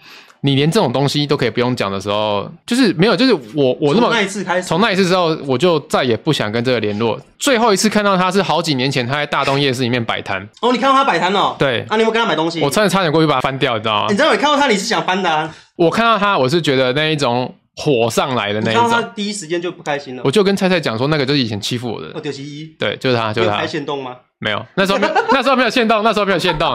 Speaker 3: 你连这种东西都可以不用讲的时候，就是没有，就是我我那
Speaker 1: 从
Speaker 3: 么
Speaker 1: 那一次开始，
Speaker 3: 从那一次之后，我就再也不想跟这个联络。最后一次看到他是好几年前，他在大东夜市里面摆摊，
Speaker 1: 哦，你看到他摆摊了，
Speaker 3: 对
Speaker 1: 啊，你有没有跟他买东西？
Speaker 3: 我差点差点过去把它翻掉，你知道
Speaker 1: 你
Speaker 3: 吗？
Speaker 1: 知道你看到他你是想翻的啊，
Speaker 3: 我看到他，我是觉得那一种火上来的
Speaker 1: 你
Speaker 3: 那
Speaker 1: 看
Speaker 3: 一
Speaker 1: 到他
Speaker 3: 种，
Speaker 1: 第一时间就不开心了
Speaker 3: 我，就跟菜菜讲说，那个就是以前欺负我的
Speaker 1: 哦，
Speaker 3: 人，
Speaker 1: 九十一，
Speaker 3: 对，就是他，
Speaker 1: 你
Speaker 3: 就是
Speaker 1: 有
Speaker 3: 他
Speaker 1: 排，线洞吗？
Speaker 3: 没有，那时候没有， 那时候没有限动，那时候没有限动，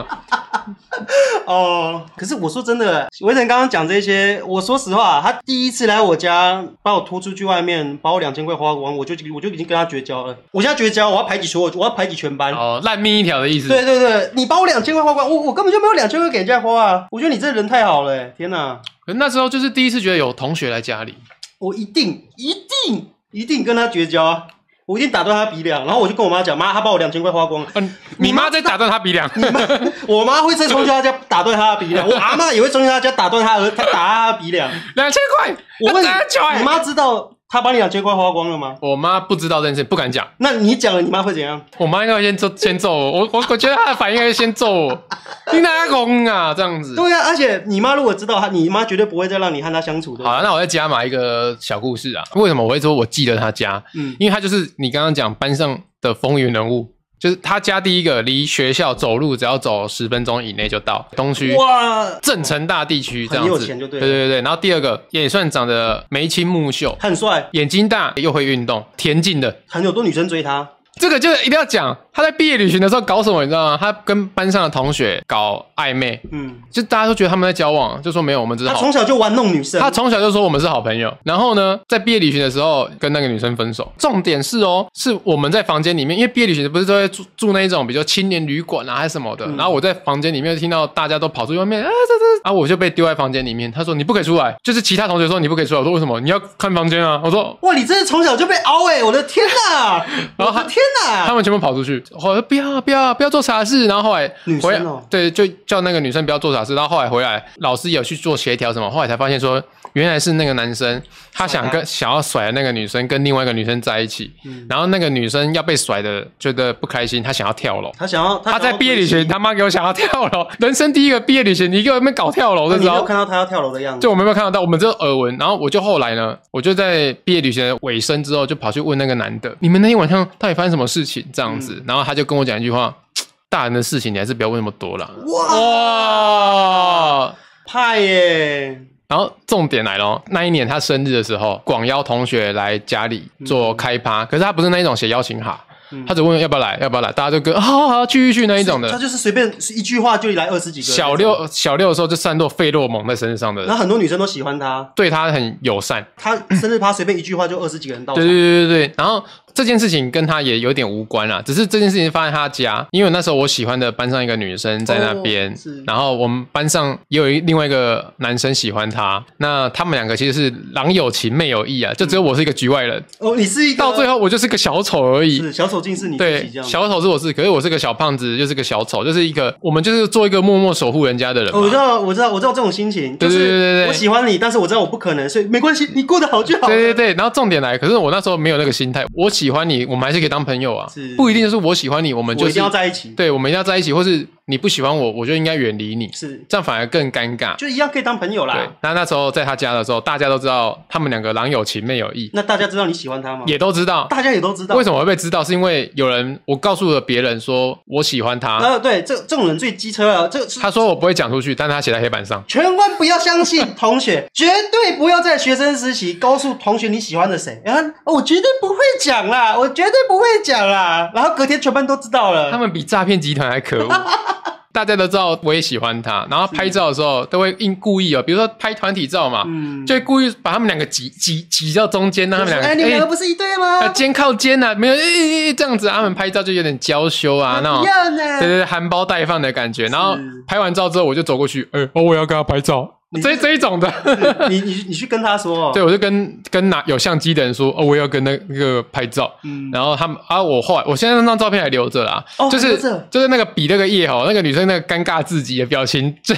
Speaker 1: 哦，可是我说真的，维仁刚刚讲这些，我说实话，他第一次来我家把我拖出去外面，把我两千块花光，我就我就已经跟他绝交了。我现在绝交，我要排挤所有，我要排挤全班。
Speaker 3: 哦，烂命一条的意思。
Speaker 1: 对对对，你把我两千块花光，我我根本就没有两千块给人家花啊！我觉得你这人太好了、天哪！
Speaker 3: 可是那时候就是第一次觉得有同学来家里，
Speaker 1: 我一定一定一定跟他绝交啊，我一定打断他鼻梁，然后我就跟我妈讲，妈，他把我两千块花光了。
Speaker 3: 嗯，你妈在打断他鼻梁，
Speaker 1: 我妈会再冲去他家打断他的鼻梁，我阿妈也会冲去他家打断他儿，他打他的鼻梁。
Speaker 3: 两千块，
Speaker 1: 我问
Speaker 3: 打他脚
Speaker 1: 你，
Speaker 3: 欸
Speaker 1: 你妈知道他把你两千块花光了吗？
Speaker 3: 我妈不知道这件事，不敢讲。
Speaker 1: 那你讲了，你妈会怎样？
Speaker 3: 我妈应该会先揍，先揍我。我我我觉得她的反应应该是先揍我，你哪公啊这样子。
Speaker 1: 对呀、而且你妈如果知道他，你妈绝对不会再让你和他相处的。
Speaker 3: 好啊了，那我再加码一个小故事啊。为什么我会说我记得他家？
Speaker 1: 嗯，
Speaker 3: 因为他就是你刚刚讲班上的风云人物，就是他家第一个离学校走路只要走十分钟以内就到东区。
Speaker 1: 哇，
Speaker 3: 正成大地区这样子，
Speaker 1: 很有钱就对了
Speaker 3: 对对对。然后第二个也算长得眉清目秀，
Speaker 1: 很帅，
Speaker 3: 眼睛大又会运动，田径的。
Speaker 1: 很有多女生追他。
Speaker 3: 这个就是一定要讲，他在毕业旅行的时候搞什么，你知道吗？他跟班上的同学搞暧昧，
Speaker 1: 嗯，
Speaker 3: 就大家都觉得他们在交往，就说没有，我们只是
Speaker 1: 他
Speaker 3: 好。
Speaker 1: 从小就玩弄女生。
Speaker 3: 他从小就说我们是好朋友，然后呢，在毕业旅行的时候跟那个女生分手。重点是哦，是我们在房间里面，因为毕业旅行不是都会住住那一种比较青年旅馆啊，还是什么的。
Speaker 1: 嗯
Speaker 3: 然后我在房间里面就听到大家都跑出去外面啊，这这啊，我就被丢在房间里面。他说你不可以出来，就是其他同学说你不可以出来。我说为什么？你要看房间啊。我说
Speaker 1: 哇，你真是从小就被凹哎、我的天呐、我
Speaker 3: 然后他
Speaker 1: 的天啊呐、
Speaker 3: 他们全部跑出去，我说不要啊不要啊不要做傻事。然后后来
Speaker 1: 女生
Speaker 3: 回来
Speaker 1: 哦，
Speaker 3: 对，就叫那个女生不要做傻事。然后后来回来，老师有去做协调什么，后来才发现说，原来是那个男生他想
Speaker 1: 甩
Speaker 3: 跟想要甩那个女生跟另外一个女生在一起，
Speaker 1: 嗯
Speaker 3: 然后那个女生要被甩的觉得不开心，他想要跳楼。
Speaker 1: 他想要他
Speaker 3: 他
Speaker 1: 想
Speaker 3: 在
Speaker 1: 要
Speaker 3: 毕业旅行他妈给我想要跳楼，人生第一个毕业旅行，你给我那边搞跳楼，
Speaker 1: 那
Speaker 3: 这
Speaker 1: 你
Speaker 3: 知
Speaker 1: 没
Speaker 3: 道
Speaker 1: 有？看到他要跳楼的样子，
Speaker 3: 就我们没有看得到，我们只有耳闻。然后我就后来呢，我就在毕业旅行的尾声之后，就跑去问那个男的：“你们那天晚上到底发生什么事情？”这样
Speaker 1: 嗯
Speaker 3: 子，然后他就跟我讲一句话：“大人的事情你还是不要问那么多啦。”
Speaker 1: 啊
Speaker 3: 哇！
Speaker 1: 派耶、欸
Speaker 3: 然后重点来了哦，那一年他生日的时候，广邀同学来家里做开趴，可是他不是那一种写邀请卡，
Speaker 1: 嗯
Speaker 3: 他只问要不要来，要不要来，大家就跟啊好好去去去那一种
Speaker 1: 他
Speaker 3: 的。
Speaker 1: 就是随便是一句话就来二十几个
Speaker 3: 小
Speaker 1: 那种，
Speaker 3: 六小六的时候就散落费洛蒙在身上的
Speaker 1: 然
Speaker 3: 人，
Speaker 1: 后很多女生都喜欢他，
Speaker 3: 对他很友善。
Speaker 1: 他生日趴随便一句话就二十几个人到场
Speaker 3: 对，对对对对，然后这件事情跟他也有点无关啦，只是这件事情发生他家，因为那时候我喜欢的班上一个女生在那边，
Speaker 1: 哦是
Speaker 3: 然后我们班上也有一另外一个男生喜欢她，那他们两个其实是郎有情妹有意啊，就
Speaker 1: 嗯
Speaker 3: 只有我是一个局外人，
Speaker 1: 哦，你是一个
Speaker 3: 到最后我就是个小丑而已。
Speaker 1: 是小丑竟是你自
Speaker 3: 对
Speaker 1: 己这，样。
Speaker 3: 小丑是我是，可是我是个小胖子，就是个小丑，就是一个我们就是做一个默默守护人家的人嘛。
Speaker 1: 哦我知道，我知道，我知道这种心情，就
Speaker 3: 对对对对
Speaker 1: 是
Speaker 3: 对
Speaker 1: 我喜欢你，但是我知道我不可能，所以没关系，你过得好就好。
Speaker 3: 对对对，然后重点来，可是我那时候没有那个心态，我喜欢你，我们还是可以当朋友啊
Speaker 1: 是，
Speaker 3: 不一定就是我喜欢你，我们就
Speaker 1: 我一
Speaker 3: 是
Speaker 1: 定要在一起。
Speaker 3: 对，我们一定要在一起，或是你不喜欢我，我就应该远离你，
Speaker 1: 是
Speaker 3: 这样反而更尴尬。
Speaker 1: 就一样可以当朋友
Speaker 3: 对
Speaker 1: 啦。，
Speaker 3: 那那时候在他家的时候，大家都知道他们两个郎有情妹有意，
Speaker 1: 那大家知道你喜欢他吗？
Speaker 3: 也都知道。
Speaker 1: 大家也都知道。
Speaker 3: 为
Speaker 1: 么？
Speaker 3: 什么会被知道？是因为有人我告诉了别人说我喜欢他，
Speaker 1: 呃，对，这这种人最机车了。这是
Speaker 3: 啊他说我不会讲出去，但他写在黑板上。
Speaker 1: 千万不要相信同学，绝对不要在学生时期告诉同学你喜欢的谁。然后哦我绝对不会讲啦，我绝对不会讲啦。然后隔天全班都知道了。
Speaker 3: 他们比诈骗集团 还可恶。大家都知道我也喜欢他，然后拍照的时候都会硬故意哦，比如说拍团体照嘛，
Speaker 1: 嗯
Speaker 3: 就会故意把他们两个挤挤挤到中间，让他们两个
Speaker 1: 哎，你们两个
Speaker 3: 哎
Speaker 1: 不是一对吗？
Speaker 3: 啊肩靠肩啊，没有哎哎哎这样子，他们拍照就有点娇羞啊那
Speaker 1: 不
Speaker 3: 种。
Speaker 1: 要
Speaker 3: 对
Speaker 1: 呢。
Speaker 3: 对对，含苞待放的感觉。然后拍完照之后，我就走过去，哎、哦，我也要跟他拍照，
Speaker 1: 你
Speaker 3: 这
Speaker 1: 是
Speaker 3: 这一种的。
Speaker 1: 你你你去跟他说。 哦
Speaker 3: 对，，我就跟跟拿有相机的人说，哦，我也要跟那那个拍照。
Speaker 1: 嗯，
Speaker 3: 然后他们啊，我后来我现在那张照片还留着啦，
Speaker 1: 哦还
Speaker 3: 就是
Speaker 1: 留着
Speaker 3: 就是那个比那个耶哦，那个女生那个尴尬至极的表情， 这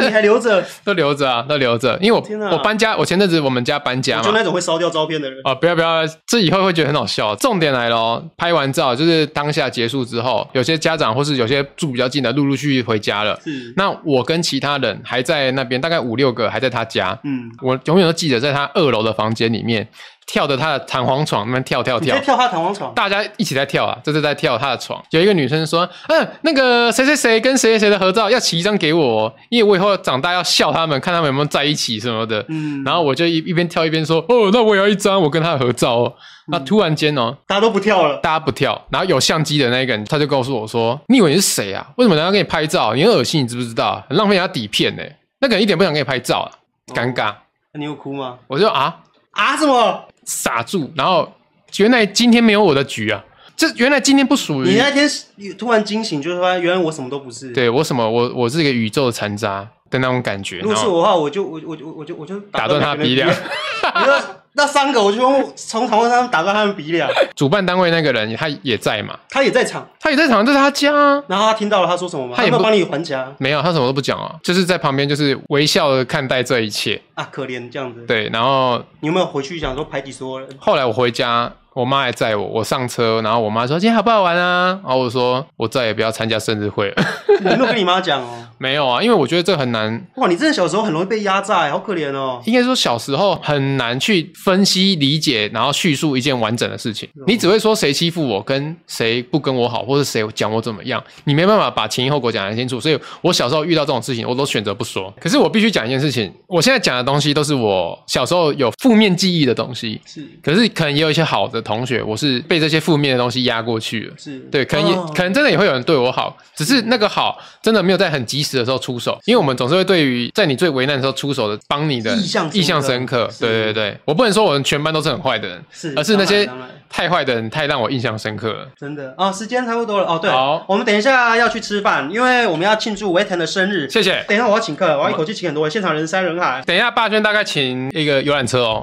Speaker 1: 你还留 着，
Speaker 3: 都留着啊，都留着。因为
Speaker 1: 天
Speaker 3: 我
Speaker 1: 哪
Speaker 3: 我搬家，我前阵子我们家搬家
Speaker 1: 我就
Speaker 3: 嘛，
Speaker 1: 那种会烧掉照片的人。
Speaker 3: 啊，不要不要，这以后会觉得很好笑。重点来了哦，拍完照就是当下结束之后，有些家长或是有些住比较近的，陆陆续续回家了。
Speaker 1: 是，
Speaker 3: 那我跟其他人还在那边，大概五六个还在他家。
Speaker 1: 嗯，
Speaker 3: 我永远都记得，在他二楼的房间里面，跳着他的弹簧床那边跳跳
Speaker 1: 你
Speaker 3: 跳
Speaker 1: 在，跳他弹簧床。
Speaker 3: 大家一起在跳啊，这是在跳他的床。有一个女生说：“嗯，那个谁谁谁跟谁谁谁的合照，要起一张给我、哦，因为我以后长大要笑他们，看他们有没有在一起什么的。”
Speaker 1: 嗯，
Speaker 3: 然后我就一一边跳一边说：“哦，那我也要一张，我跟他的合照哦。”
Speaker 1: 嗯
Speaker 3: 那突然间哦，
Speaker 1: 大家都不跳了。
Speaker 3: 大家不跳，然后有相机的那一个人他就告诉我说：“你以为你是谁啊？为什么人家给你拍照？你很恶心，你知不知道？啊很浪费人家底片呢、那个人一点不想给你拍照、啊，
Speaker 1: 哦
Speaker 3: 尴尬。
Speaker 1: 那你有哭吗？
Speaker 3: 我就啊，
Speaker 1: 啊，什么？
Speaker 3: 傻住，然后原来今天没有我的局啊，这原来今天不属于
Speaker 1: 你那天你突然惊醒，就是发现原来我什么都不是。，
Speaker 3: 对我什么我我是一个宇宙的残渣的那种感觉，
Speaker 1: 如果
Speaker 3: 然
Speaker 1: 是
Speaker 3: 后
Speaker 1: 我的话，我就我我就我就我就
Speaker 3: 打断他
Speaker 1: 两个人
Speaker 3: 鼻梁。
Speaker 1: 你说那三个，我就用从床上打断他们鼻梁。
Speaker 3: 主办单位那个人他也在嘛，
Speaker 1: 他也在场，
Speaker 3: 他也在场，这是他家啊。
Speaker 1: 然后他听到了，他说什么吗？
Speaker 3: 他
Speaker 1: 他
Speaker 3: 也
Speaker 1: 有没
Speaker 3: 不
Speaker 1: 有帮你还钱
Speaker 3: 没有，他什么都不讲啊，就是在旁边就是微笑的看待这一切。
Speaker 1: 啊？可怜这样子。
Speaker 3: 对，然后
Speaker 1: 你有没有回去想说排挤所有人？
Speaker 3: 后来我回家，我妈还载我，我上车，然后我妈说今天好不好玩啊？然后我说我再也不要参加生日会了。
Speaker 1: 你有没有跟你妈讲哦？
Speaker 3: 没有啊，因为我觉得这很难，
Speaker 1: 哇，你真的小时候很容易被压榨，好可怜哦。
Speaker 3: 应该说小时候很难去分析、理解，然后叙述一件完整的事情。你只会说谁欺负我，跟谁不跟我好，或者谁讲我怎么样，你没办法把前因后果讲得清楚。所以我小时候遇到这种事情，我都选择不说。可是我必须讲一件事情，我现在讲的东西都是我小时候有负面记忆的东西，
Speaker 1: 是
Speaker 3: 可是可能也有一些好的同学，我是被这些负面的东西压过去了。
Speaker 1: 是，
Speaker 3: 对，可能也、
Speaker 1: 哦嗯
Speaker 3: 可能真的也会有人对我好，只是那个好真的没有在很及时的时候出手，因为我们总是会对于在你最为难的时候出手的帮你的
Speaker 1: 印象深刻
Speaker 3: 深刻。
Speaker 1: 是
Speaker 3: 对对对，我不能说我们全班都是很坏的人，
Speaker 1: 是
Speaker 3: 而是那些
Speaker 1: 当然当然
Speaker 3: 太坏的人太让我印象深刻了。
Speaker 1: 真的哦，时间差不多了哦。对
Speaker 3: 好，
Speaker 1: 我们等一下要去吃饭，因为我们要庆祝维腾的生日。
Speaker 3: 谢谢。
Speaker 1: 等一下我要请客了，我要一口气请很多人，现场人山人海。
Speaker 3: 等一下，霸轩大概请一个游览车哦。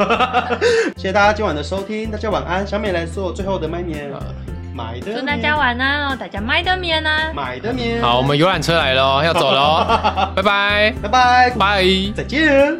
Speaker 1: 谢谢大家今晚的收听，大家晚安。小美来做最后的麦面，买的面
Speaker 2: 祝大家晚安哦，大家麦德面啊！
Speaker 1: 买的面。
Speaker 3: 哦好，我们游览车来喽，要走喽，拜拜，
Speaker 1: 拜拜，
Speaker 3: 拜。
Speaker 1: 再见。